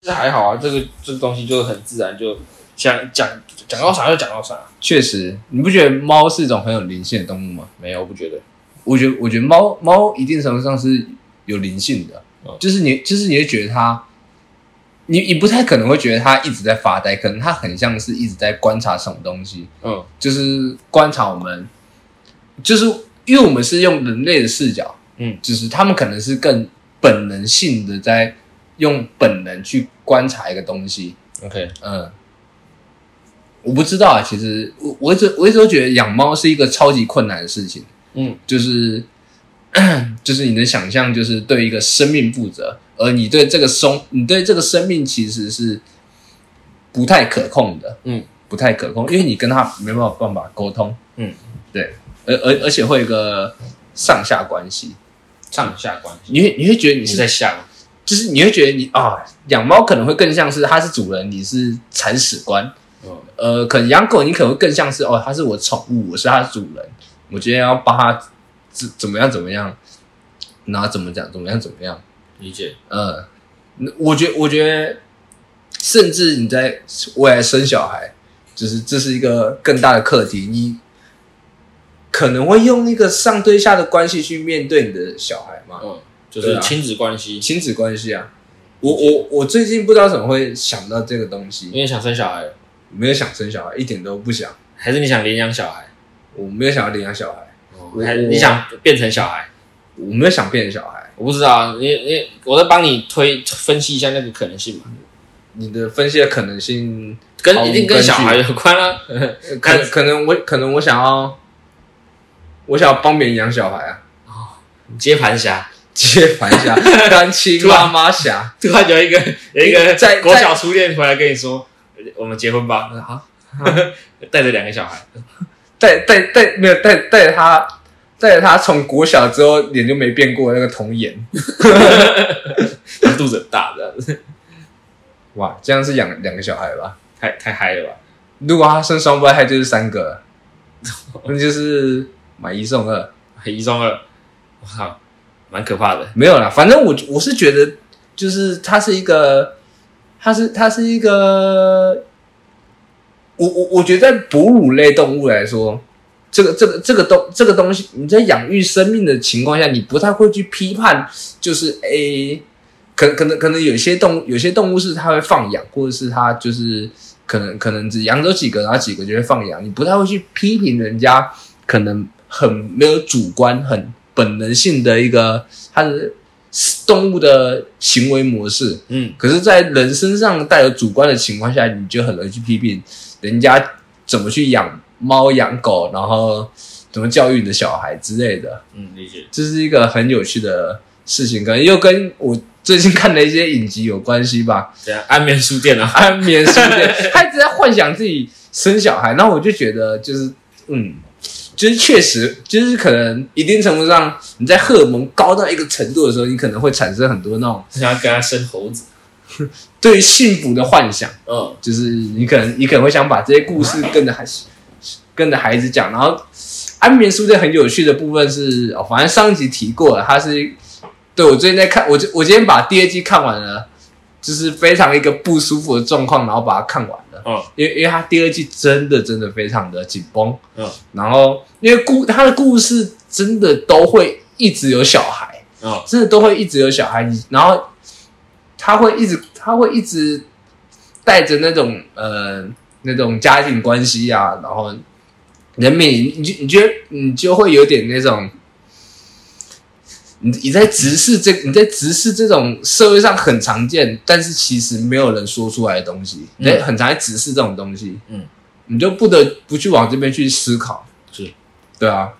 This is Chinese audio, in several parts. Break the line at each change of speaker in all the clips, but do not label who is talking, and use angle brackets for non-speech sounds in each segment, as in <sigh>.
这还好啊，这个这个东西就很自然，就想讲讲到啥就讲到啥。
确实，你不觉得猫是一种很有灵性的动物吗？
没有，我不觉得。
我觉得，我觉得猫猫一定程度上是有灵性的，
嗯
就是你，就是你会觉得它，你你不太可能会觉得它一直在发呆，可能它很像是一直在观察什么东西，
嗯
就是观察我们，就是因为我们是用人类的视角，
嗯，
就是他们可能是更本能性的在用本能去观察一个东西，
，OK，
嗯，我不知道啊，其实我我一直我一直都觉得养猫是一个超级困难的事情，
嗯，
就是 <coughs> 就是你的想象就是对一个生命负责，而你对这个生你对这个生命其实是不太可控的，
嗯，
不太可控，因为你跟他没办法办法沟通，
嗯，
对，而而而且会有一个上下关系，
上下关系。
你会你会觉得你
你
是
在下吗？
就是你会觉得你啊养猫可能会更像是它是主人，你是铲屎官。
嗯
呃，可能养狗你可能会更像是哦，它是我宠物，我是它的主人，我今天要帮它怎怎么样怎么样，然后怎么讲怎么样怎么样，
理解。
呃，我觉我觉得，甚至你在未来生小孩，就是这是一个更大的课题，你可能会用一个上对下的关系去面对你的小孩嘛，
嗯，就
对
是
啊
亲子关系，
亲子关系啊。我我我最近不知道怎么会想到这个东西，
因为想生小孩了，
没有想生小孩，一点都不想。
还是你想领养小孩？
我没有想要领养小孩，我
还是你想变成小孩？
我没有想变成小孩。
我不知道啊，你你我在帮你推分析一下那个可能性嘛，
你的分析的可能性，毫无
跟一定跟
根据
小孩有关啊啦、
呃可能可能我可能我想要，我想要帮别人养小孩啊， <laughs>
嗯接盘侠
接盘侠、单亲
突然
妈妈侠
<laughs> 突然有一个有一个
在
国小初恋回来跟你说，我们结婚吧，
啊，
带着两个小孩，
带带带没有带带着他带着他从国小之后脸就没变过那个童颜， <laughs>
肚子 <laughs> 很大的，
哇，这样是养两个小孩吧？
太太嗨了吧？
如果他生双胞胎就是三个了， <laughs> 那就是买一送二。
一中二，我靠，蛮可怕的。
没有啦，反正我我是觉得，就是它是一个，它是它是一个，我我我觉得在哺乳类动物来说，这个这个这个东这个东西，你在养育生命的情况下，你不太会去批判，就是诶、可可能可能有些动物有些动物是它会放养，或者是它就是可能可能只养走几个，然后几个就会放养，你不太会去批评人家，可能很没有主观、很本能性的一个它的动物的行为模式。
嗯，
可是，在人身上带有主观的情况下，你就很容易去批评人家怎么去养猫、养狗，然后怎么教育你的小孩之类的。
嗯，理解。
这是一个很有趣的事情，可能又跟我最近看的一些影集有关系吧。 <laughs>
怎样？安眠书店啊？
安眠书店，他一直在幻想自己生小孩，然后我就觉得就是嗯，就是确实就是可能一定程度上，你在荷尔蒙高到一个程度的时候，你可能会产生很多那种
想要跟他生猴子？
对于幸福的幻想。
嗯，
就是你可能你可能会想把这些故事跟着孩子跟着孩子讲，然后安眠书店很有趣的部分是，哦，反正上一集提过了，它是对我最近在看，我今我今天把第二季看完了，就是非常一个不舒服的状况，然后把它看完了。
嗯，
因为因为它第二季真的真的非常的紧绷，
嗯，
然后因为故它的故事真的都会一直有小孩，
嗯，
真的都会一直有小孩，你然后他会一直他会一直带着那种呃那种家庭关系啊，然后人民你就你觉得你就会有点那种。你你在直视这你在直视这种社会上很常见，但是其实没有人说出来的东西，你在
嗯
很常在直视这种东西，
嗯，
你就不得不去往这边去思考，
是，
对啊，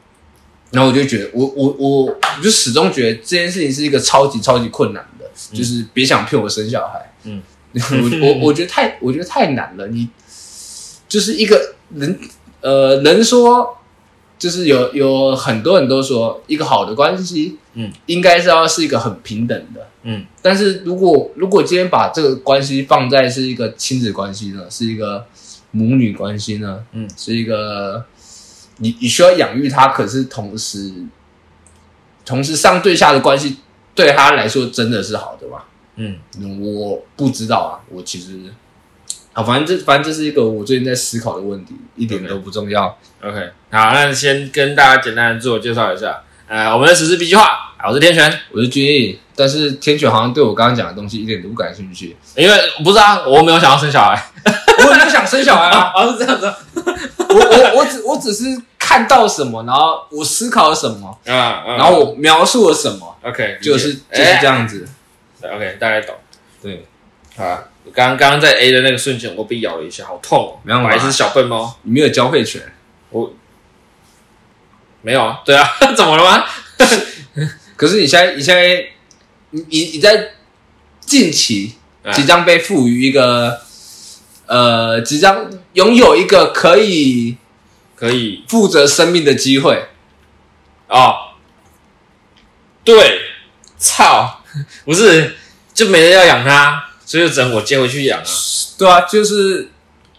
然后我就觉得，我我我我就始终觉得这件事情是一个超级超级困难的，
嗯
就是别想骗我生小孩。
嗯，
<laughs> 我我我觉得太我觉得太难了，你就是一个人呃人说，就是有有很多人都说一个好的关系，
嗯，
应该是要是一个很平等的，
嗯，
但是如果如果今天把这个关系放在是一个亲子关系呢，是一个母女关系呢，
嗯
是一个你你需要养育他，可是同时同时上对下的关系对他来说真的是好的吗？
嗯，
嗯我不知道啊，我其实好，反正这反正这是一个我最近在思考的问题，一点都不重要。
OK，好，那先跟大家简单的自我介绍一下。呃，我们的实施 B 计划，啊我是天璇，
我是君毅，但是天犬好像对我刚刚讲的东西一点都不感兴趣。 <laughs>
因为不是啊，我没有想要生小孩。
我也没有想生小孩啊，
啊，是这样子啊
我我我只我只是看到什么，然后我思考了什么，
啊，啊
然后我描述了什么，
OK
就是
理
就
解
是这样子。
哎 OK，大概懂。
对，
好啊，我刚刚刚在 A 的那个瞬间，我被咬了一下，好痛哦！
没有吧
白痴小笨猫，
你没有交配权，
没有啊？对啊， <laughs> 怎么了吗？
可是你现在你现在你你你在近期
哎
即将被赋予一个呃，即将拥有一个可以
可以
负责生命的机会。
哦，对，操，不是，就没人要养它，所以就只能我接回去养啊。
对啊，就是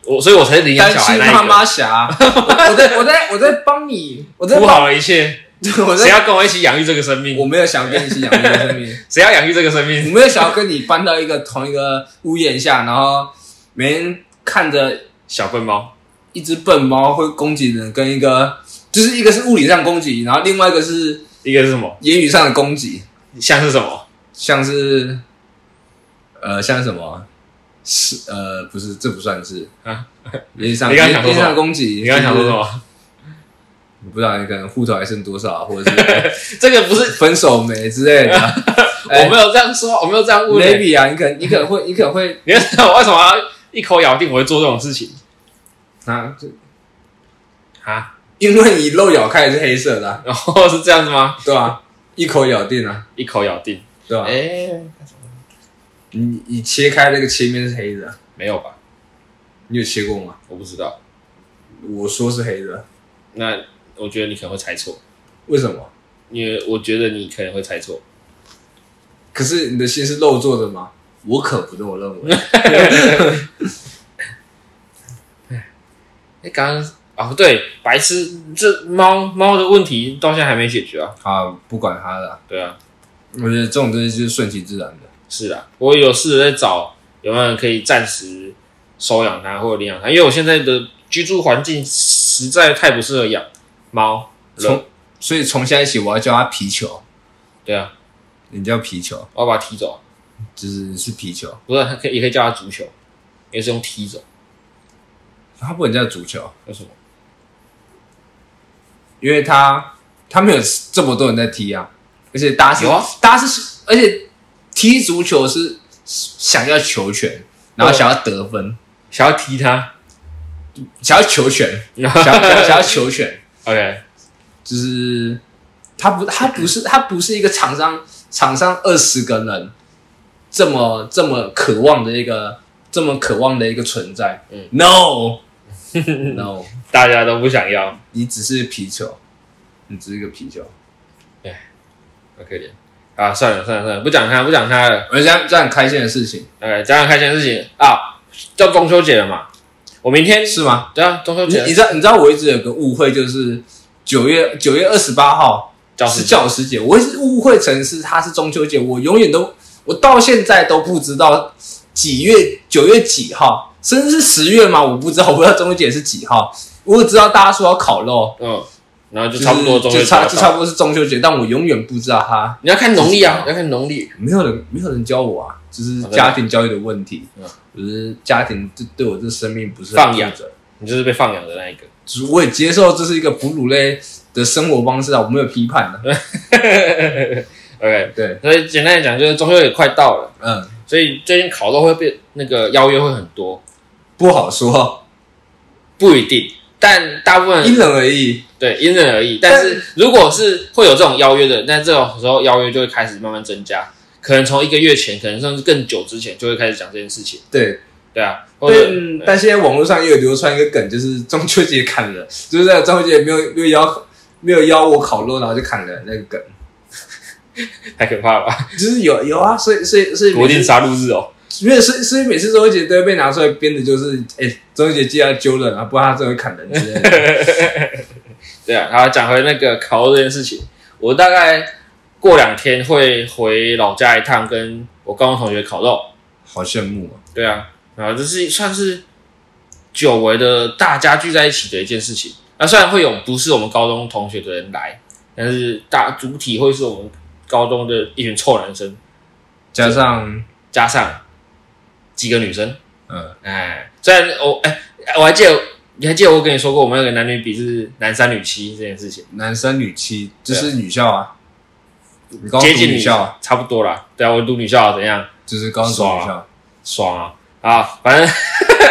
我，所以我才是领养
担
小孩
心
那一个。
妈妈
<laughs>
侠，我在我在我在帮你，我在
铺
帮，
好了一切，
<laughs> 我
谁
在
要跟我一起养育这个生
我
命？
没有想跟你一起养这个生命。
谁要养育这个生命？
我没有想要跟你搬到一个同一个屋檐下，然后每天看着
小笨猫，
一只笨猫会攻击人，跟一个就是一个是物理上攻击，然后另外一个是
一个是什么？
言语上的攻击，
像是什么？
像是呃像是什么是呃不是这不算是 <laughs>
啊，
言语上
你刚才想
言
说
语
什么
上的攻击，
你刚才想说什
就是？
么？
我不知道你可能户头还剩多少，
<laughs>
或者是
这个不是，
分手没之类的。哎
我没有这样说，我没有这样问你。
maybe 啊，你可能你可能会你可能会
你为什么为什么要一口咬定我会做这种事情
啊，
啊？
因为你漏咬开也是黑色的啊、
然后是这样子吗？
对啊，一口咬定啊，
一口咬定？
对吧、
哎，
你你切开那个切面是黑的，
没有吧？
你有切过吗？
我不知道。
我说是黑的，
那我觉得你可能会猜错，
为什么？
因为我觉得你可能会猜错。
可是你的心是肉做的吗？我可不这么认为。
哎，刚刚啊，不对，白痴，这猫猫的问题到现在还没解决啊。
<laughs> 啊，不管它了，
对啊，
我觉得这种东西就是顺其自然的。
是啊，我有试着在找有没有人可以暂时收养它或者领养它，因为我现在的居住环境实在太不适合养猫了。
从所以从现在起，我要叫它皮球，
对啊，
你叫皮球，
我要把它踢走啊。
就是你是皮球，
不是，它可以也可以叫它足球，也是用踢走。
它不能叫足球，
为什么？
因为它它没有这么多人在踢啊，而且大家是、
有啊
大家是，而且踢足球是想要球权，然后想要得分。
想要踢它
想要
<laughs>
求全，
然后
想要想要想要求全，
？OK，
就是他不他不是他不是一个厂商厂商二十个人这么这么渴望的一个这么渴望的一个存在。
嗯
n o <laughs> no，
大家都不想要，
你只是皮球，你只是一个皮球。
好可怜。啊，算了算了算了，不讲它，不讲它了。
而且这样这样很开心的事情
OK，讲讲开心的事情啊，叫中秋节了嘛。我明天
是吗？
对啊，中秋
你
节
你知道你知道我一直有个误会，就是九月九月二十八号
教
是
师节
教师节，我一直误会成是它是中秋节，我永远都我到现在都不知道几月九月几号，甚至是十月嘛，我不知道，我不知道中秋节是几号，我只知道大家说要烤肉，
嗯，然后就差不多中秋
就
节
差
到
就差不多是中秋节，但我永远不知道它，
你要看农历啊，要看农历。
没有人没有人教我啊，就是
好的
家庭教育的问题
嗯，
就是家庭对对我这生命不是
放
很负
养
责，
你就是被放养的那一个。 <laughs>
只我也接受这是一个哺乳类的生活方式啊，我没有批判
嗯
的，
OK，
对，
所以简单来讲，就是中秋节快到了，
嗯，
所以最近烤肉会被那个邀约会很多，
不好说，
不一定，但大部分
因人而异。
对，因人而异。但是如果是会有这种邀约的，那这种时候邀约就会开始慢慢增加，可能从一个月前，可能甚至更久之前就会开始讲这件事情。
对，嗯
对啊，或者
但但现在网络上也有流传一个梗，就是中秋节砍人， <laughs> 就是在中秋节没有没有邀没有邀我烤肉，然后就砍人那个梗，
太可怕了吧？
就是有有啊，所以所以所以
国
每
定
次
杀戮日哦，
没有，所以所以每次中秋节都会被拿出来编的，就是哎、中秋节记得要揪人啊，不然他真的会砍人之
<laughs>
类的。
对啊。然后讲回那个烤肉这件事情，我大概过两天会回老家一趟，跟我高中同学烤肉，
好羡慕啊！
对啊，啊，这是算是久违的大家聚在一起的一件事情。那、虽然会有不是我们高中同学的人来，但是大主体会是我们高中的一群臭男生，
加上
加上几个女生。
嗯，
哎，虽然我哎、我还记得，你还记得我跟你说过，我们有个男女比是男三女七这件事情，
男三女七，这是女校啊，你刚
接
刚读
近
女校啊，
差不多啦。对啊，我读女校怎样？
就是刚刚读
爽啊
女校，
爽啊！啊，反正，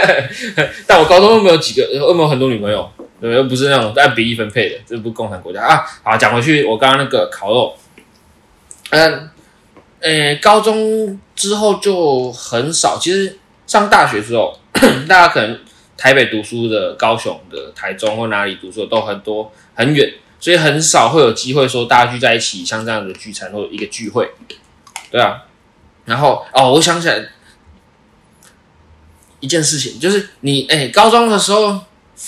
<laughs> 但我高中又没有几个，又没有很多女朋友，对，又不是那种按比例分配的，这不是共产国家啊。好，讲回去，我刚刚那个烤肉，嗯，呃，高中之后就很少，其实上大学之后，大家可能台北读书的、高雄的、台中或哪里读书的都很多很远，所以很少会有机会说大家聚在一起，像这样的聚餐或者一个聚会，对啊。然后哦，我想起来，一件事情，就是你哎、高中的时候，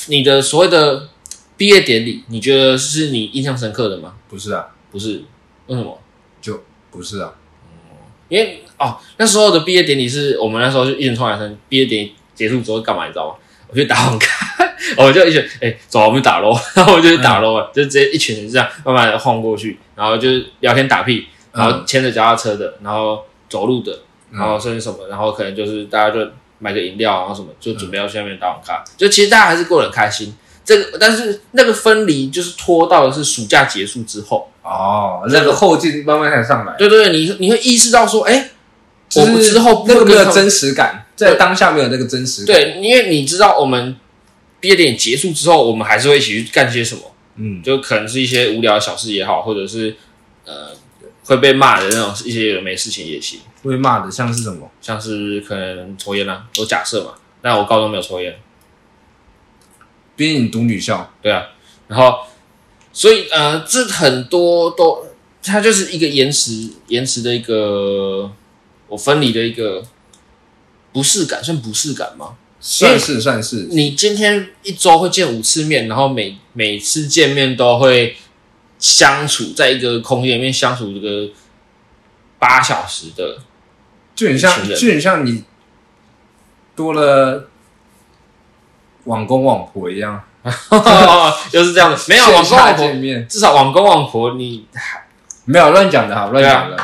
你的所谓的毕业典礼，你觉得是你印象深刻的吗？
不是啊，
不是，为什么？
就不是啊，
因为哦，那时候的毕业典礼是我们那时候就一群臭男生，毕业典礼结束之后干嘛，你知道吗？我去打网咖， <laughs> 我就一群哎、走啊，我们去打咯， <laughs> 然后我就去打咯，就直接一群人这样慢慢的晃过去，然后就是聊天打屁，然
嗯
后牵着脚踏车的，然后走路的，然后甚至什么，然后可能就是大家就买个饮料，然后什么就准备
嗯
要去那边打网咖，就其实大家还是过得很开心。这个但是那个分离就是拖到的是暑假结束之后，
哦，那个后劲慢慢才上来，
对对对，你你会意识到说，哎、我们
哎就是
之后不
那个没
跟他
有
们
真实感，在当下没有那个真实感，，
对，因为你知道我们毕业典礼结束之后，我们还是会一起去干些什么，
嗯，
就可能是一些无聊的小事也好，或者是呃会被骂的那种一些有的没事情也行，
会骂的像是什么？
像是可能抽烟啦、啊，我假设嘛，但我高中没有抽烟，
毕竟你读女校，
对啊，然后所以呃，这很多都它就是一个延迟延迟的一个我分离的一个不适感，算不适感吗？
算是算是，
你今天一周会见五次面，然后每每次见面都会相处在一个空间里面相处这个八小时的， <laughs>
就很
一
像，
群人
就很像你多了网公网婆一样，
就是这样子。没有网公
线下
网婆
见，面，
至少网公网婆你
没有乱讲的哈，乱讲
啊
的，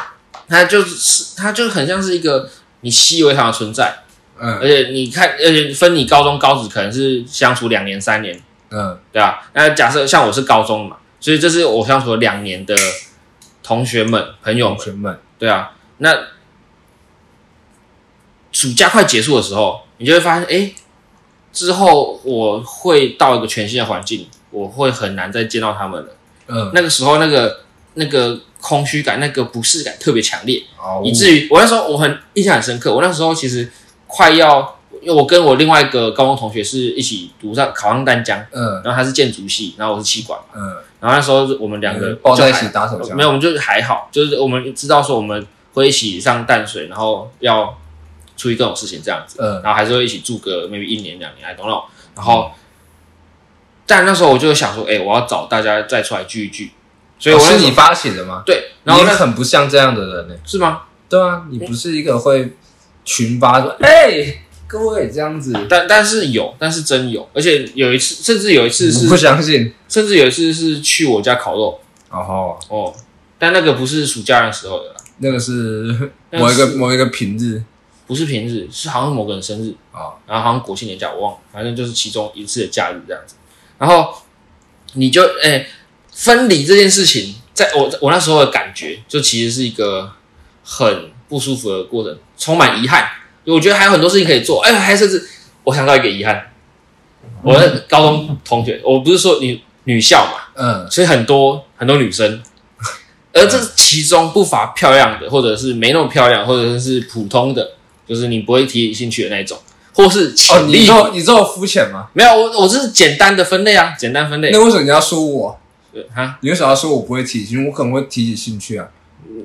它就是它就很像是一个你习以为常的存在，而
嗯
且你看，而且分你高中高职可能是相处两年三年，
嗯
对吧？那假设像我是高中嘛，所以这是我相处了两年的同学们朋友们
同。学们，
对啊，那暑假快结束的时候，你就会发现，哎、之后我会到一个全新的环境，我会很难再见到他们了。
嗯，
那个时候，那个那个空虚感、那个不适感特别强烈，
好，
以至于我那时候我很印象很深刻。我那时候其实快要，因为我跟我另外一个高中同学是一起读上考上丹江，
嗯
然后他是建筑系，然后我是气管，
嗯，
然后那时候我们两个
抱在一
就还
起打手枪，
没有，我们就是还好，就是我们知道说我们会一起上淡水，然后要出去各种事情这样子，
嗯
然后还是会一起住个 maybe 一年两年，I don't know。然后，但那时候我就想说，哎、我要找大家再出来聚一聚，所以我
哦
那时候、
是你发起的吗？
对，然后
你
那
很不像这样的人呢，欸
是吗？
对啊，你不是一个会群发说，哎，各位这样子，
但但是有，但是真有，而且有一次，甚至有一次
我嗯不
是，
相信，
甚至有一次是去我家烤肉
哦吼，
哦，但那个不是暑假的时候的啦，
那个是
那个
某一个
是
某一个平日
不是平日，是好像某个人生日，
啊，
然后好像国庆年假我忘了，反正就是其中一次的假日这样子。然后你就哎、分离这件事情，在我我那时候的感觉，就其实是一个很不舒服的过程，充满遗憾。我觉得还有很多事情可以做，哎，还甚至我想到一个遗憾，我的高中同学，我不是说女女校嘛，
嗯
所以很多很多女生。而这其中不乏漂亮的，或者是没那么漂亮，或者是普通的，就是你不会提起兴趣的那一种，或是
哦，
潜
你
力
这
股
么你这么肤浅吗？
没有，我我这是简单的分类啊，简单分类
那。为什么你要说我？
对哈，
你为什么要说我不会提起兴趣？我可能会提起兴趣啊！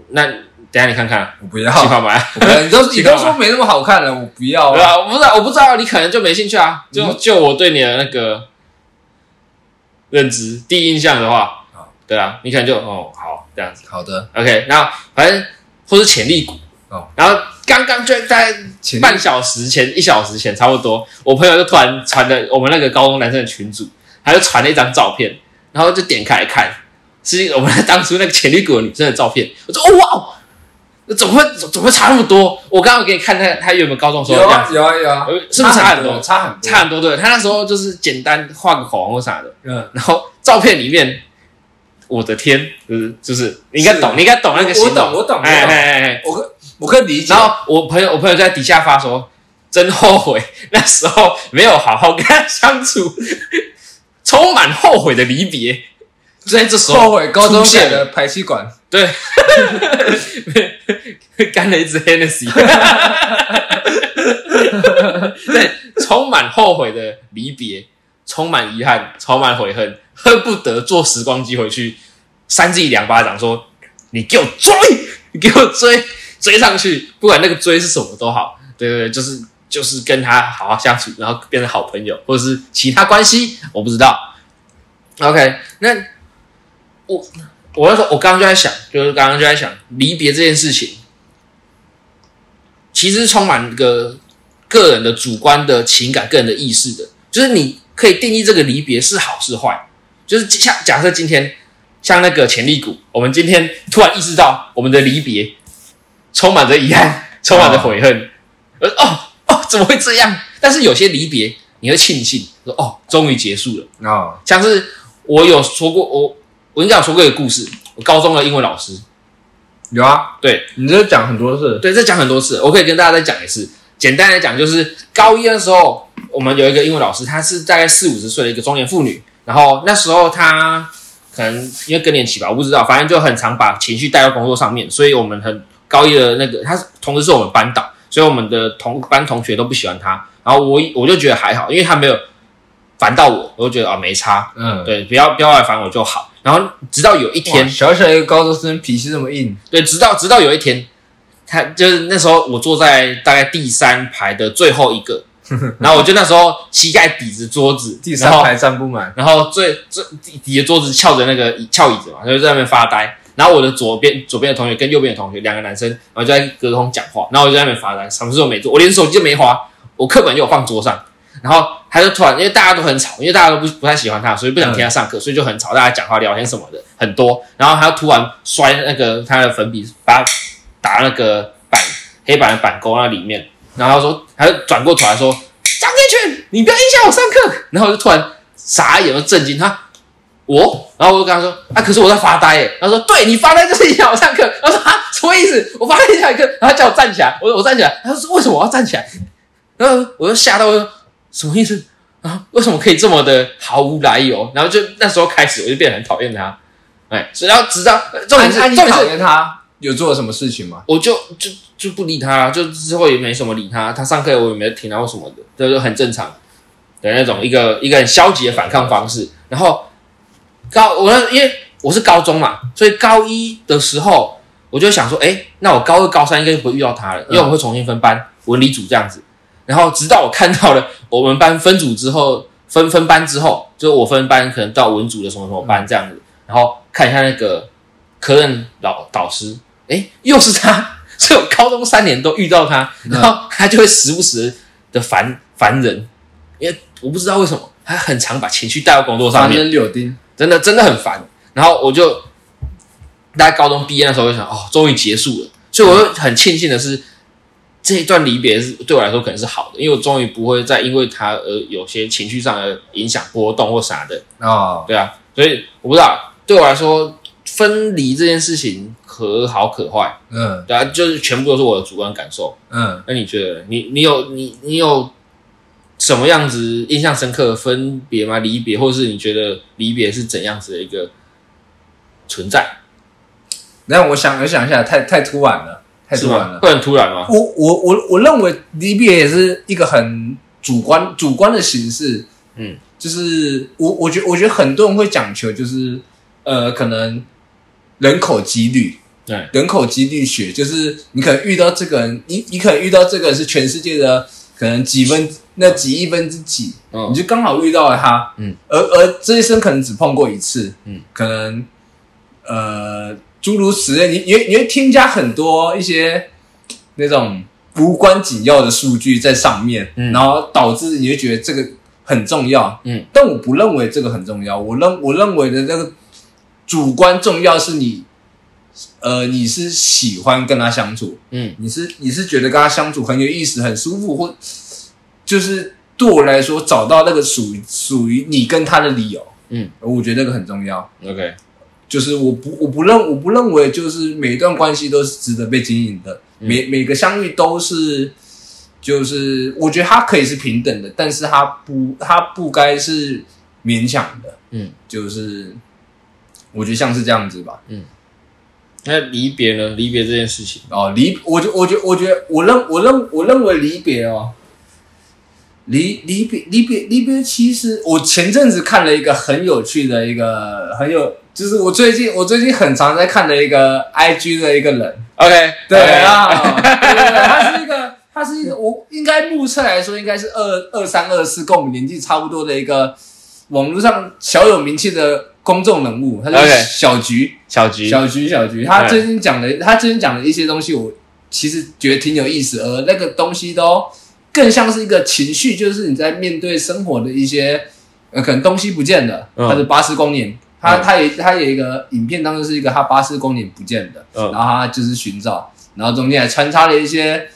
那等一下你看看，
我不要，
喜欢吧？
我不 <laughs> 要你都你
气泡
都
吧
说没那么好看了，我不
<laughs>
要
对
啊！
啊，我不知道，我不知道，你可能就没兴趣啊。就
嗯
就我对你的那个认知，第一印象的话
好，
对啊，你可能就哦好这样子。
好的，
OK，那反正或是潜力股
哦，
然后刚刚就在
前
半小时前、一小时前差不多，我朋友就突然传了我们那个高中男生的群组，他就传了一张照片，然后就点开来看，是我们当初那个潜力股的女生的照片。我说：“哦哇哦，那怎么会怎么会差那么多？”我刚刚给你看她她原本高中的时候
有
的样
啊
子，
有啊有啊
呃，是不是差很多
差很
差很多对。她那时候就是简单画个口红或啥的，
嗯，
然后照片里面，我的天，就是就是你应该懂，
是
你应该懂那个形容，
我懂我懂我懂
哎哎哎哎，
我可我可以理解
然，后我朋友，我朋友就在底下发说：“真后悔那时候没有好好跟他相处，充满后悔的离别。”就在这时候，
后悔高中
出现
写的排气管，
对， <laughs> 干了一支 Hennessy，对，充满后悔的离别，充满遗憾，充满悔恨，恨不得坐时光机回去扇自己两巴掌，说：“你给我追，你给我追，追上去，不管那个追是什么都好。”对对对，就是就是跟他好好相处，然后变成好朋友，或者是其他关系，我不知道。OK，那我我那时候我刚刚就在想，就是刚刚就在想离别这件事情，其实是充满一个个人的主观的情感、个人的意识的，就是你可以定义这个离别是好是坏。就是像假设今天像那个潜力股，我们今天突然意识到我们的离别充满着遗憾，充满着悔恨，呃哦哦怎么会这样？但是有些离别你会庆幸说哦终于结束了。
哦，
像是我有说过，我我应该有说过一个故事，我高中的英文老师，
有啊，
对
你这讲很多次，
对，这讲很多次，我可以跟大家再讲一次。简单来讲，就是高一的时候，我们有一个英文老师，她是大概四五十岁的一个中年妇女，然后那时候她可能因为更年期吧，我不知道，反正就很常把情绪带到工作上面，所以我们很高一的那个，她是同时是我们班导，所以我们的同班同学都不喜欢她，然后我我就觉得还好，因为她没有烦到我，我就觉得啊没差，
嗯，
对，不要不要来烦我就好。然后直到有一
天，
天，
小小一个高中生脾气这么硬，
对，直到直到有一天，他就是那时候我坐在大概第三排的最后一
<laughs>
个，然后我就那时候膝盖抵着桌子，
第
然
三
后
排站不满，
然后最最底底的桌子翘着那个椅翘椅子嘛，他就在那边发呆。然后我的左边左边的同学跟右边的同学两个男生，然后就在隔空讲话，然后我就在那边发呆，什么事都没做，我连手机都没滑，我课本就有放桌上。然后他就突然，因为大家都很吵，因为大家都不不太喜欢他，所以不想听他上课，所以就很吵，大家讲话聊天什么的很多。然后他突然摔那个他的粉笔，把打那个板黑板的板沟那里面，然后他说，他就转过头来说：“张建群，你不要影响我上课。”然后我就突然傻眼，我震惊他，我，然后我就跟他说：“啊，可是我在发呆。”耶。他说：“对你发呆就是影响我上课。”他说：“啊，什么意思？我发呆影响课？”然后他叫我站起来，我说：“我站起来。”他说：“为什么我要站起来？”然后我就吓到，我就说：“什么意思？”啊，为什么可以这么的毫无来由？然后就那时候开始，我就变得很讨厌他。哎，所以然后直到重点是，
啊
重
你
点
讨
是
厌他有做了什么事情吗？
我就就就不理他，啊就之后也没什么理他，他上课我也没听到什么的，这就很正常的那种一个一个很消极的反抗方式。然后高我那因为我是高中嘛，所以高一的时候我就想说，哎、那我高二高三应该就不会遇到他了，因为我们会重新分班，文理组这样子。然后直到我看到了我们班分组之后，分分班之后，就是我分班可能到文组的什么什么班这样子，然后看一下那个科任老导师，哎，又是他， <laughs> 所以我高中三年都遇到他，
嗯
然后他就会时不时的烦烦人，因为我不知道为什么他很常把情绪带到工作上
反
面，
正柳丁，
真的真的很烦。然后我就大概高中毕业的时候就想，哦，终于结束了。所以我就很庆幸的是，这一段离别是对我来说可能是好的，因为我终于不会再因为他而有些情绪上的影响波动或啥的。
哦，
对啊，所以我不知道，对我来说，分离这件事情可好可坏，
嗯
对啊，就是全部都是我的主观感受。
嗯，
那你觉得呢，你你有你你有什么样子印象深刻的分别吗？离别，或是你觉得离别是怎样子的一个存在？
然后我想我想一下，太太突然了，太
是
突然
吗？
了。嗯
会很突然吗？
我我我我认为离别也是一个很主观主观的形式，
嗯，
就是我我觉我觉得很多人会讲求就是呃，可能人口几率，
对，
人口几率学，就是你可能遇到这个人，你你可能遇到这个人是全世界的可能几分那几亿分之几，
嗯
你就刚好遇到了他，
嗯，
而而这一生可能只碰过一次，
嗯，
可能呃诸如此类，你你会你会添加很多一些那种无关紧要的数据在上面，
嗯
然后导致你就觉得这个很重要。
嗯，
但我不认为这个很重要。我认我认为的那个主观重要是你，呃，你是喜欢跟他相处，
嗯
你是你是觉得跟他相处很有意思、很舒服，或就是对我来说找到那个属于属于你跟他的理由，
嗯，
我觉得那个很重要。
，OK，
就是我不我不认我不认为就是每一段关系都是值得被经营的，
嗯
每每个相遇都是就是我觉得它可以是平等的，但是它不它不该是勉强的，
嗯，
就是我觉得像是这样子吧。
那离别呢？离别这件事情，
哦，离我觉我觉我觉得我认我认我认为离别哦，离离别离别离别，其实我前阵子看了一个很有趣的一个很有，就是我最近我最近很常在看的一个 IG 的一个人，
OK，
对啊，对对对，他是一个他是一个我应该目测来说应该是二二三二四跟我们年纪差不多的一个网络上小有名气的公众人物，他叫
OK
小菊。
小菊，哎
小菊，小菊，他最近讲的，他最近讲的一些东西，我其实觉得挺有意思，而那个东西都更像是一个情绪，就是你在面对生活的一些，呃，可能东西不见了，
嗯
他的巴斯光年，他
嗯
他也他有一个影片当中是一个他巴斯光年不见的，
嗯
然后他就是寻找，然后中间还穿插了一些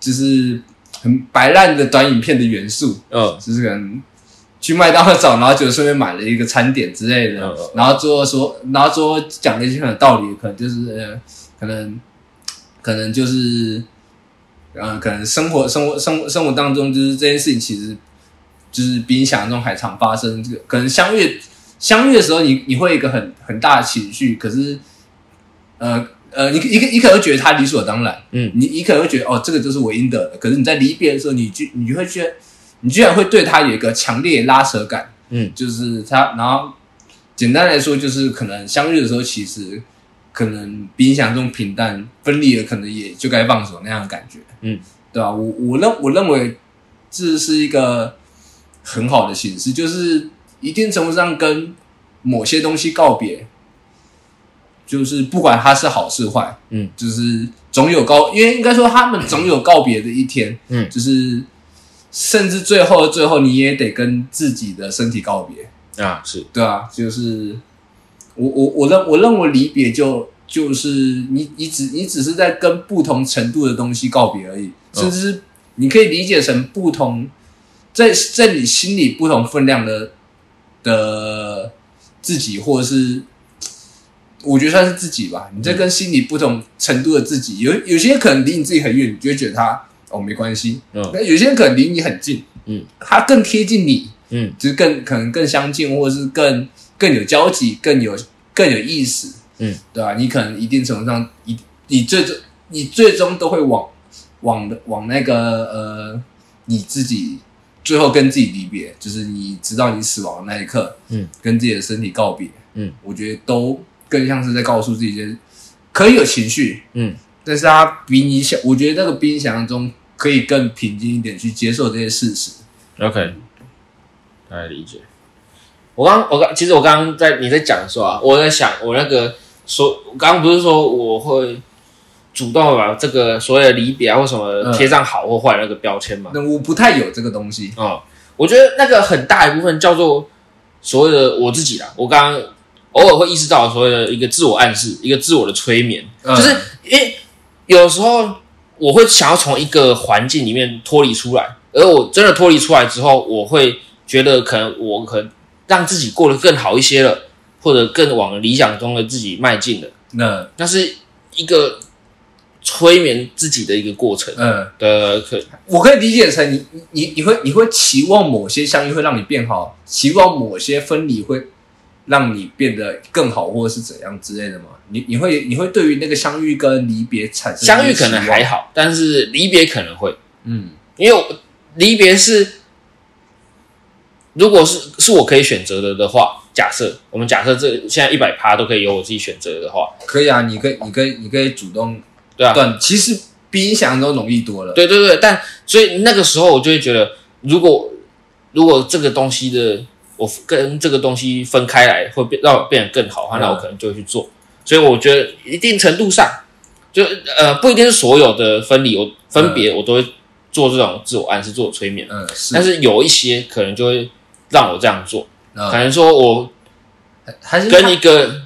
就是很白烂的短影片的元素，
嗯
就是可能去麦当劳找，然后就顺便买了一个餐点之类的，
嗯嗯
然后最后说，然后最后讲了一些很有道理，可能就是、呃、可能可能就是呃，可能生活生活生活生活当中，就是这件事情其实就是比你想象中还常发生。这个可能相遇相遇的时候你，你会有一个很很大的情绪，可是呃呃，你你可你可能会觉得它理所当然。
嗯
你你可能会觉得哦，这个就是我应得的。可是你在离别的时候，你居你会觉得，你居然会对他有一个强烈的拉扯感，
嗯
就是他，然后简单来说，就是可能相遇的时候，其实可能比你想象中平淡，分离了可能也就该放手那样的感觉，
嗯，
对吧、啊我我认我认为这是一个很好的形式，就是一定程度上跟某些东西告别，就是不管它是好是坏，
嗯，
就是总有告，因为应该说他们总有告别的一天，
嗯
就是甚至最后最后你也得跟自己的身体告别，
啊，是，
对啊，就是我我我认我认为离别就就是你你只你只是在跟不同程度的东西告别而已，
嗯
甚至是你可以理解成不同在在你心里不同分量的的自己，或者是我觉得算是自己吧。
嗯
你在跟心里不同程度的自己，有有些可能离你自己很远，你就会觉得他哦没关系，
嗯
那有些人可能离你很近，
嗯，
他更贴近你，
嗯
就是更可能更相近，或者是更更有交集，更有更有意思，
嗯，
对吧、你可能一定程度上，一你最终你最终都会往往的往那个呃你自己最后跟自己离别，就是你知道你死亡的那一刻，
嗯，
跟自己的身体告别，
嗯，
我觉得都更像是在告诉自己一些，可以有情绪，
嗯
但是它比你想，我觉得那个比你想象中可以更平静一点去接受这些事实，
，OK，大概理解。我刚我刚其实我刚刚在你在讲的时候啊，我在想我那个说，我刚刚不是说我会主动地把这个所谓的离别啊或什么
嗯
贴上好或坏那个标签嘛？
那我不太有这个东西。
哦，我觉得那个很大一部分叫做所谓的我自己啦。我刚刚偶尔会意识到所谓的一个自我暗示，一个自我的催眠，
嗯
就是因为有时候我会想要从一个环境里面脱离出来，而我真的脱离出来之后，我会觉得可能我可能让自己过得更好一些了，或者更往理想中的自己迈进了，
那
那是一个催眠自己的一个过程
嗯，
的可
我可以理解成你你你你会你会期望某些相遇会让你变好，期望某些分离会让你变得更好，或者是怎样之类的吗？你你会你会对于那个相遇跟离别产生
相遇
一些
可能
期望
还好，但是离别可能会，
嗯
因为我离别是，如果是是我可以选择的的话，假设我们假设这现在一百趴都可以由我自己选择的话，
可以啊，你可以你可以你可以主动
对啊，
断，其实比你想象中容易多了。
对对对，但所以那个时候我就会觉得，如果如果这个东西的我跟这个东西分开来，会变让我变得更好的话，
嗯
那我可能就会去做。所以我觉得一定程度上，就呃不一定是所有的分离，我分别我都会做这种自我暗示、自我催眠，
嗯，是，
但是有一些可能就会让我这样做，可
嗯，
能说我
还是
跟一个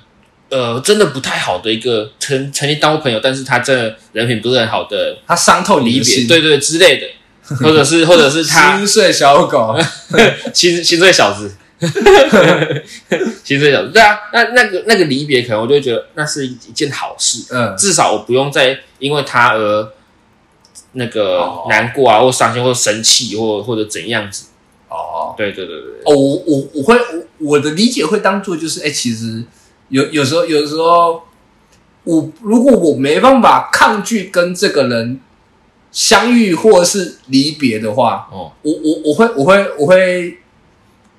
呃真的不太好的一个曾曾经当过朋友，但是他真的人品不是很好的
他伤透你
离
的
别，
心，
对对之
<laughs>
类的，或者是或者是他
心碎小狗，
心心碎小
<laughs>
子，心碎小子，对啊，那那个那个离别，可能我就会觉得那是一件好事， <laughs>
嗯，
至少我不用再因为他而那个
哦
难过啊，或伤心，或生气，或或者怎样子。
哦。
对对对对，对
哦，我我我会我我的理解会当做就是，哎、其实有有时候有时候，我如果我没办法抗拒跟这个人相遇或是离别的话，
哦，
我我我会我会我会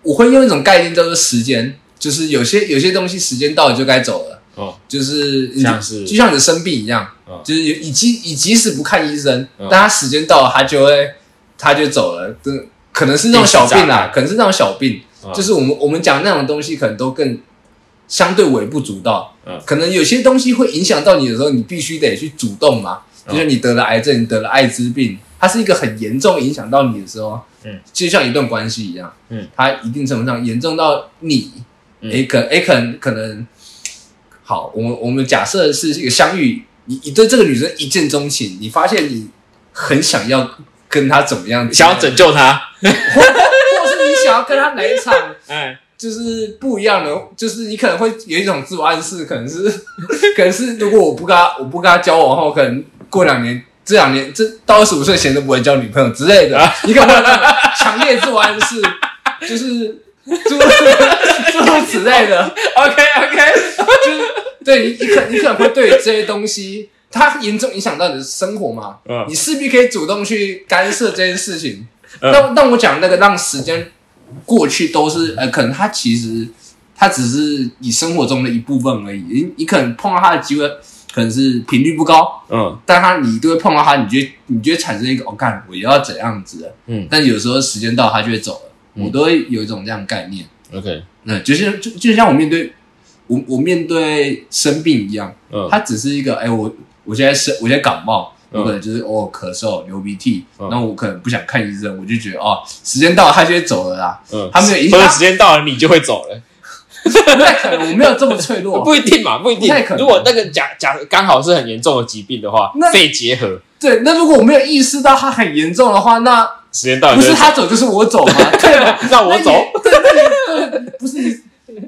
我会用一种概念叫做时间，就是有些有些东西时间到了就该走了，
哦，
就是你
像是
就像你的生病一样，
嗯
就是有你即你即使不看医生，
嗯
但他时间到了他就会他就走了，这可能是那种小病
定时炸
啦，可能是那种小病，
嗯
就是我们我们讲那种东西可能都更相对微不足道，
嗯
可能有些东西会影响到你的时候，你必须得去主动嘛，
嗯
就像你得了癌症，你得了艾滋病，它是一个很严重影响到你的时候，
嗯，
就像一段关系一样，
嗯，
它一定程度上严重到你，
嗯
诶，可诶可能可能，好，我们我们假设是一个相遇，你你对这个女生一见钟情，你发现你很想要跟她怎么样，
想要拯，救他，
或或是你想要跟她来一场。
哎，
就是不一样的，就是你可能会有一种自我暗示，可能是， <laughs> 可能是如果我不跟他，我不跟他交往后，可能过两年，这两年这到二十五岁前都不会交女朋友之类的，你可能会有那种强烈自我暗示，就是诸如诸如此类的，
，OK OK，
就是对你，你可你可能会对这些东西，它严重影响到你的生活嘛，
嗯
你势必可以主动去干涉这件事情。
嗯
但但我讲那个让时间过去都是呃，可能它其实它只是你生活中的一部分而已。你你可能碰到它的机会可能是频率不高，
嗯
但它你都会碰到它，你就会你就会产生一个哦，干我要怎样子的。
嗯
但有时候时间到它就会走了，
嗯
我都会有一种这样的概念。
，OK，
那就像就就像我面对我我面对生病一样，
嗯，
它只是一个哎、我我现在生我现在感冒，
嗯
我可能就是偶尔咳嗽、流鼻涕，
嗯
然后我可能不想看医生，我就觉得哦，时间到了，它就会走了啦。
嗯，
他没有影
或
响
者时间到了你就会走了，
不太可能，我没有这么脆弱。
不一定嘛，不一定
哦不太可。能
如果那个假假刚好是很严重的疾病的话
那，
肺结核，
对，那如果我没有意识到它很严重的话，那
时间到了
不
就会
是
走
他走就是我走嘛， <laughs> 对吧？
那啊我
<laughs>
走
那你。对对对，不是你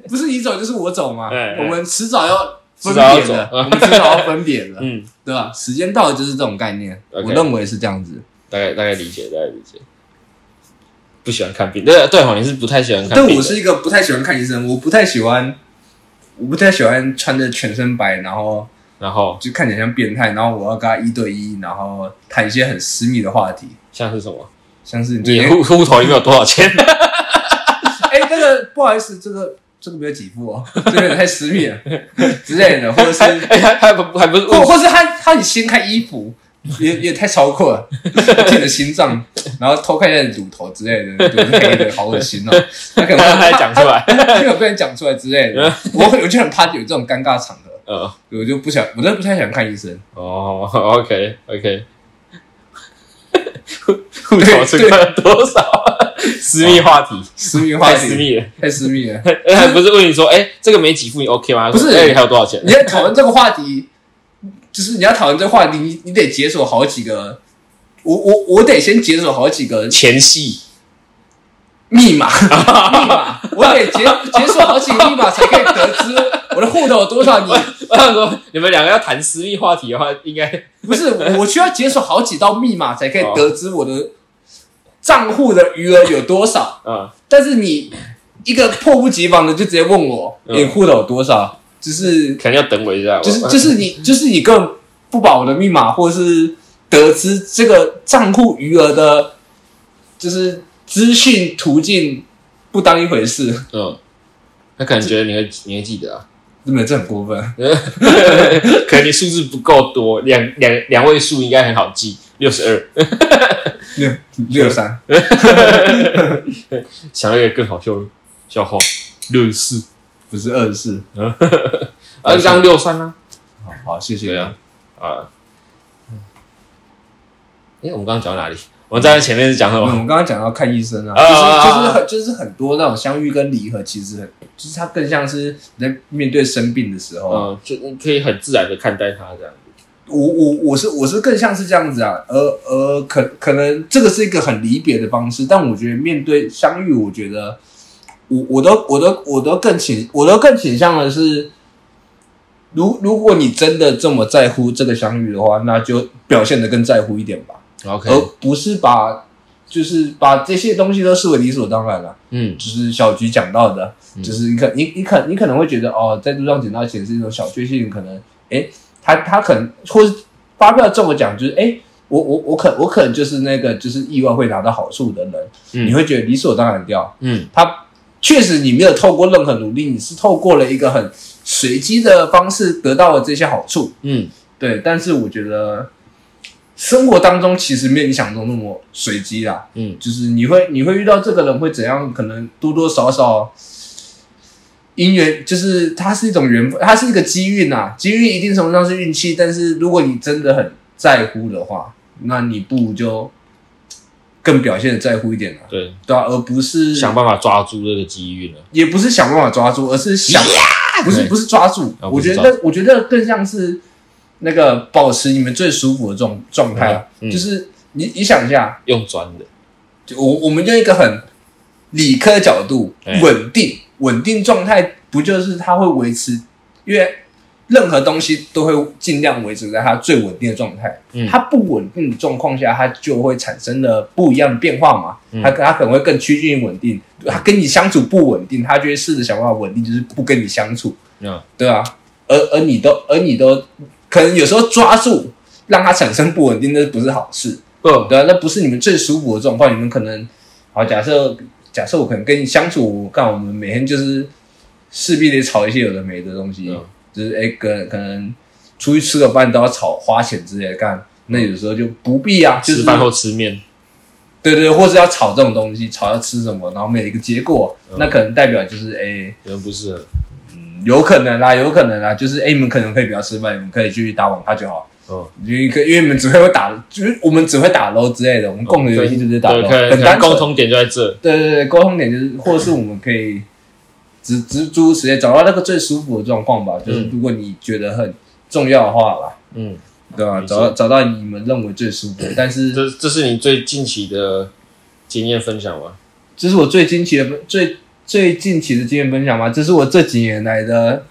不是你走就是我走嘛，
哎哎
我们迟早要分
迟早要
别
走
的，我们迟早要分别的。
嗯，
对吧？时间到了就是这种概念
OK
我认为是这样子。
大概大概理解，大概理解。不喜欢看病，对对哦，你是不太喜欢看病的。
但我是一个不太喜欢看医生，我不太喜欢，我不太喜欢穿着全身白，然后
然后
就看起来像变态，然后我要跟他一对一，然后谈一些很私密的话题，
像是什么？
像是你最
你
近
户户头里面有多少钱？
<laughs>
<laughs>
哎、这个不好意思，这个这个没有给付哦，这个有点太私密了之类的，或者是
还还还不还不是
或或是他他你掀开衣服，也也太超
<laughs>
过了，听你的心脏，然后偷看一下你乳头之类的，对，黑的，好恶心哦。他可能
他还讲出来嗯
他可能被人讲出来之类的。我我就很怕有这种尴尬场合，
呃
我就不想，我真的不太想看医生。
哦，OK <laughs> OK，户头存款多少？私密话题，
私密话
太
题，
哎私密了。
太私密了。
哎还不是问你说，哎，这个没给付你 OK 吗？
不是
哎，还有多少钱
你？在讨论这个话题，就是你要讨论这个话题，你你得解锁好几个。我我我得先解锁好几个
前戏
密码， <laughs> 密码，我得解解锁好几个密码才可以得知我的户头有多少 <laughs> 你。
我想说，你们两个要谈私密话题的话，应该
不是，我需要解锁好几道密码才可以得知我的账户的余额有多少。
<laughs> 啊，
但是你一个迫不及防的就直接问我，
嗯
你户头有多少？就是
可能要等我一下。
就是
我
就是你就是你根本不把我的密码或是得知这个账户余额的，就是资讯途径不当一回事。
嗯，他可能觉得你会你会记得啊，
真的，这很过分。
可能你数字不够多，两两两位数应该很好记，六十二。
六六三，
想到一个更好笑的笑话，六十四
不是二十四。
啊，刚六三啊，
好，好，谢谢。
对啊，啊。哎、我们刚刚讲到哪里？我们在前面是讲什
我
么？
们刚刚讲到看医生啊，
啊
就
啊
是就是
啊
很就是很多那种相遇跟离合，其实很就是它更像是你在面对生病的时候，
嗯，就可以很自然的看待它这样子。
我我我是我是更像是这样子啊，而而可可能这个是一个很离别的方式，但我觉得面对相遇，我觉得我我都我都我都更倾我都更倾向的是，如如果你真的这么在乎这个相遇的话，那就表现的更在乎一点吧，
OK，
而不是把就是把这些东西都视为理所当然了、
嗯
就是小菊讲到的，啊
嗯
就是你可你你可你可能会觉得哦，在路上捡到钱是一种小确幸，可能诶，他他可能或是发票中了奖，就是诶，我我我可我可能就是那个就是意外会拿到好处的人，
嗯
你会觉得理所当然掉。
嗯
他确实你没有透过任何努力，你是透过了一个很随机的方式得到了这些好处，
嗯，
对。但是我觉得生活当中其实没有你想中那么随机啦，
嗯
就是你会你会遇到这个人会怎样？可能多多少少因缘，就是它是一种缘分，它是一个机遇呐、机遇一定程度上是运气，但是如果你真的很在乎的话，那你不如就更表现的在乎一点了、
对，
对啊，而不是
想办法抓住这个机遇了。
也不是想办法抓住，而是想，不是
对
不是抓住。
啊
我
不是
觉
抓
得我觉得更像是那个保持你们最舒服的状状态啊，
嗯嗯
就是你你想一下，
用钻的，
就我我们用一个很理科的角度，
对
稳定稳定状态，不就是它会维持？因为任何东西都会尽量维持在它最稳定的状态。
嗯
它不稳定的状况下，它就会产生了不一样的变化嘛。
嗯
它它可能会更趋近于稳定，它跟你相处不稳定，它就会试着想办法稳定，就是不跟你相处。
嗯
对啊，而而你都而你都可能有时候抓住，让它产生不稳定，那不是好事。
不，
对啊，那不是你们最舒服的状况，你们可能，好假设假设我可能跟你相处，我干我们每天就是势必得吵一些有的没的东西，
嗯
就是哎、可可能出去吃个饭都要吵花钱之类的干，那有时候就不必啊，就是
吃饭后吃面，
对对，或者要吵这种东西，吵要吃什么，然后没有一个结果，
嗯
那可能代表就是哎、
可能不适合。
有可能啦，有可能啦，就是哎、你们可能可以不要吃饭，你们可以去打网咖就好。
嗯，
因为可因为你们只会打，就是我们只会打 low 之类的，我们共同游戏就是打
对，可
low，、
能可
很
能
单
共
纯。
通点就在这。
对对对，沟通点就是，或者是我们可以只只诸如此类，找到那个最舒服的状况吧。就是
嗯
如果你觉得很重要的话啦，
嗯，
对吧、
没错
找到找到你们认为最舒服的，但是
这这是你最近期的经验分享吗？
这是我最近期的分最最近期的经验分享吧。这是我这几年来的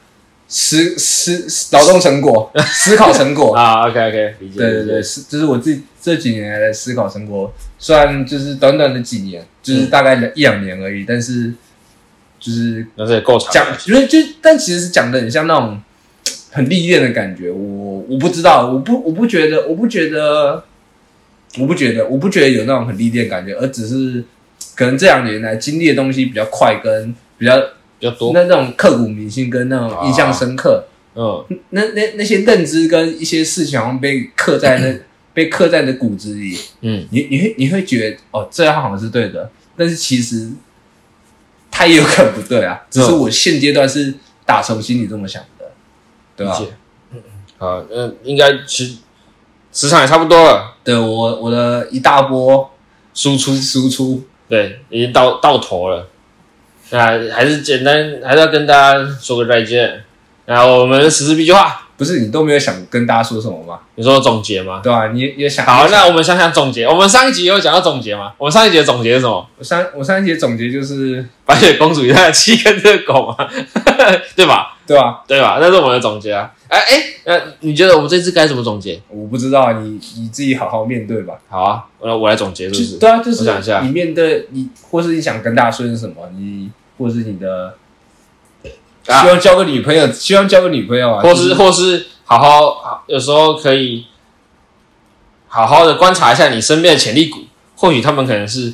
思思劳动成
<laughs>
果、思考成果。
啊，OK OK，理解。
哦对对对，
理解，
是这是我自己这几年来的思考生活，虽然就是短短的几年，
嗯
就是大概两一两年而已，但是就是
那这也够长。
讲，就是就但其实讲的很像那种很历练的感觉。我我不知道，我不我不觉得，我不觉得，我不觉得，我不觉得有那种很历练的感觉，而只是可能这两年来经历的东西比较快，跟比较
比较多。
那那种刻骨铭心跟那种印象深刻。
嗯
那那那些认知跟一些事情，好像被刻在那被刻在你的骨子里。
嗯，
你你会你会觉得哦，这样好像是对的，但是其实它也有可能不对啊。只
嗯
是我现阶段是打从心里这么想的，对
理
吧、
解。嗯好，啊那应该时时长也差不多了，
对我我的一大波输出输出，
对，已经到到头了。那还是简单，还是要跟大家说个再见。那我们实施 B 计划，
不是你都没有想跟大家说什么吗？
你说总结吗？
对吧、你也也想
好，那我们想想总结。我们上一集有讲到总结吗？我们上一集的总结是什么？
我上我上一节总结就是，
白雪公主与她的七根热狗嘛， <laughs> 对吧？
对吧、
对吧？那是我们的总结啊。哎哎，那你觉得我们这次该怎么总结？
我不知道你你自己好好面对吧。
好啊，那我来总结是不
就是
是？
对啊，就
我想一
是
下
你面对你，或是你想跟大家说些什么，你或是你的希
啊
望交个女朋友，希望交个女朋友啊，
或
就是
或是好好好，有时候可以好好的观察一下你身边的潜力股，或许他们可能是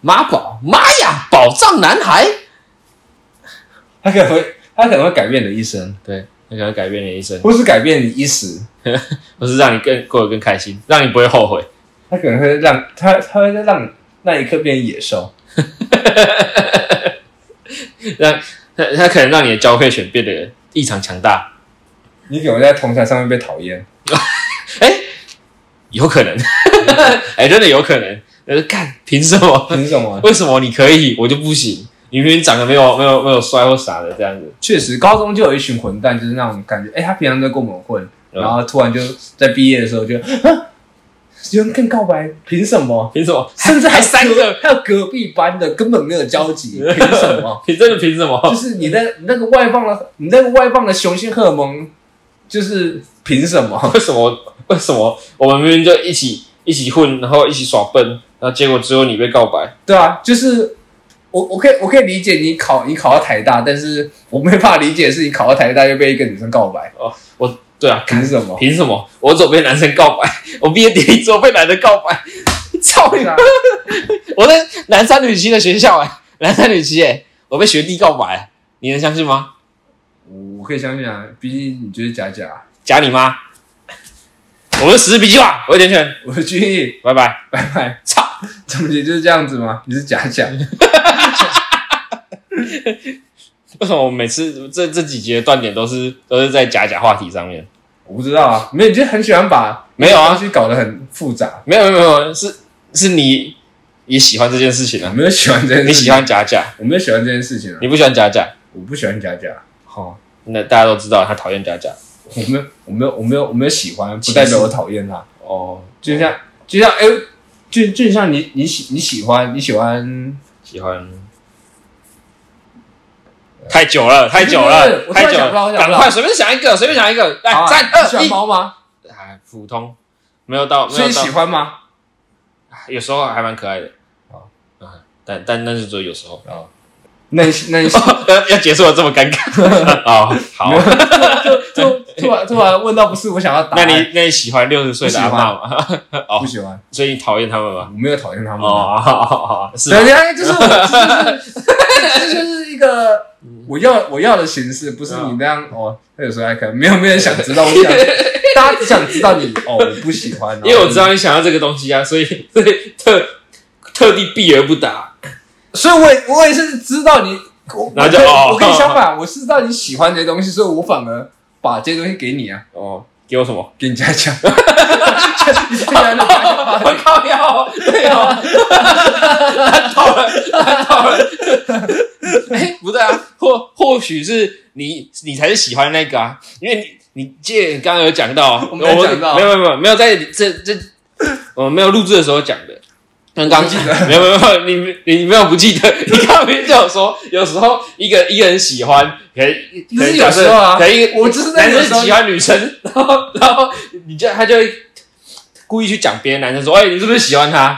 妈宝、玛雅、宝藏男孩，
他可能会他可能会改变你的一生，
对，那可能改变你的一生，
或是改变你一时，
或是让你更过得更开心，让你不会后悔。
他可能会让他他会让你那一刻变野兽，
让它它可能让你的交配犬变得异常强大。
你可能在同台上面被讨厌。
有可能， <laughs> 哎、真的有可能。呃，干，凭什
<laughs>
么？
凭什么？
为什么你可以，我就不行？你明明长得没有没有没有帅或啥的这样子，
确实，高中就有一群混蛋，就是那种感觉，哎、他平常都跟我们混，
嗯
然后突然就在毕业的时候就，啊，有人跟告白，凭什么？
凭什么？
甚至还
还三个，
还有隔壁班的根本没有
<laughs>
交集，凭什么？
你真的凭什
就
么？ <laughs>
是你的你那个外放的，你那个外放的雄性荷尔蒙，就是凭什么？
为什么？为什么我们明明就一起一起混，然后一起耍笨，然后结果只有你被告白？
对啊，就是我我可以我可以理解你考你考到台大，但是我没办法理解是你考到台大又被一个女生告白，
对啊，
凭
<laughs>
什么？
凭什么？我总被男生告白，我毕业典礼总被男生告白， <laughs> 操你
对啊
我在南山女七的学校哎、南山女七哎、我被学弟告白，你能相信吗？
<laughs> 我可以相信啊，毕竟你就是假假。
假你妈！我是实施笔记吧，我是田权，
我的建议，
拜拜。
拜拜，
操，
怎么也就是这样子吗？你是假假，
为什么我每次这这几节断点都是都是在假假话题上面？
我不知道啊，没有，你就很喜欢把
没有
东
啊，
西搞得很复杂，
没有没有没有，是是你也喜欢这件事情
我
啊？
没有喜欢这件事情，
你喜欢假假，
我没有喜欢这件事情啊，
你不喜欢假假？
我不喜欢假假，
好、那大家都知道他讨厌假假。
我没有，我没有，我没有，我没有喜欢，不
歧视
代表我讨厌他。
哦，
就像，就像，哎、就就像你，你喜你喜欢，你喜欢，
喜欢。呃太久了，太久了
不是，我突然
太久
想不到我
了！
想
赶
不到
快随便想一个，随便想一个，来
好啊
三
你喜
哎二
欢
一，
猫吗？
哎，普通，没有到，没
所以
有到
喜，欢吗？
有时候还蛮可爱的
好。
啊，但但但是只有有时候， <laughs>
啊，那你喜那你喜
要要结束了这么尴
<laughs>
尬 <laughs> 哦，好，
突突然突然问到不是我想要答
那
案，
你那你喜欢六十岁的阿嬷 <laughs> 吗？
不喜欢？
所以你讨厌他们吗
我？没有讨厌他们。啊
哦，好好好是吗
对，对对，就是我，这就是这
<laughs>
就是一个我要我要的形式，不
嗯
是你那样哦。那有时候还可能没有没有人想知道，我
<laughs>
想大家只想知道你哦，我不喜欢，
因为我知道你想要这个东西啊，所以所以特特地避而不答。
所以我也我也是知道你，我
然后就
我可以
哦
我跟你相反，我是知道你喜欢这些东西，所以我反而把这些东西给你啊，
哦，给我什么？
给你
<laughs>
加强。我
我靠腰，对哦，难倒了，难倒了。哎，不对啊，或或许是你你才是喜欢那个啊，因为你你记得你刚刚有讲到啊，
我没有讲到
我没有没有没有没有在这这我们没有录制的时候讲的。刚刚
我不记 <laughs> 得
没有没有没有，你你你没有不记得？ <laughs> 你刚刚明明就有说，有时候一个一个人喜欢，可能
不
可
是
能假设
有时候啊
可能一个
我就是在
男
有
生
时候
喜欢女生， <laughs> 然后然后你就他就会故意去讲别的男生说，哎、你是不是喜欢他？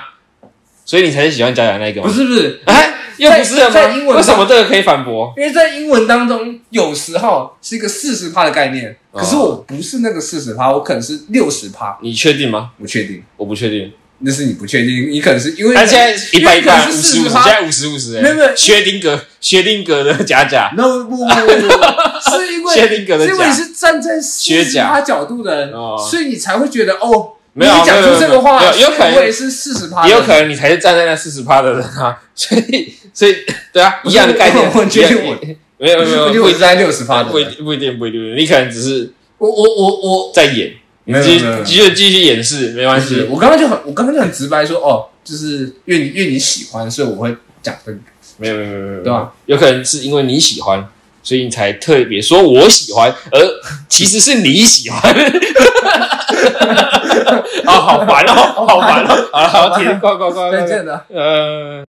所以你才是喜欢假假那个
不
吗？
是不是，
哎，又不是了
在在英
吗？
文
为
上
什么这个可以反驳？
因为在英文当中，有时候是一个四十趴的概念，
哦
可是我不是那个四十趴，我可能是六十趴，
你确定吗？
不确定。
我不确定。
那是你不确定，你可能是因为
他现在一半一半，五
因为可能
十
是
五十，
40%
现在五十五十。哎
没有没有
薛定格，薛定格的假假，
no 不不
<laughs>
不不不，是因为
薛定谔的
是因为
甲
你是站在薛
薛甲
他角度的人，
哦
所以你才会觉得哦，
没有啊
你讲
没有
出这个话，
没有没有有可能
所以我也是四十趴，
也有可能你才是站在那四十趴的人啊。 <laughs> 所以，所以，对啊，
不
一
是
样的概念。
<laughs> 我我觉得我
没有没有
我
没
觉得
有，
我
不一
是在六十趴的
不一
人，
定不一定不一定，你可能只是
我我我我，
在演，你
没有
继
没有没有
继续继续掩饰，没关
是
系。
我刚刚就很我刚刚就很直白说哦，就是因为你因为你喜欢，所以我会讲这个，
没有没有没有没有，
对吧？
有可能是因为你喜欢，所以你才特别说我喜欢，而其实是你喜欢。啊、好烦哦，好烦哦！好了，好，停，快快快
再
快！
见了。
呃。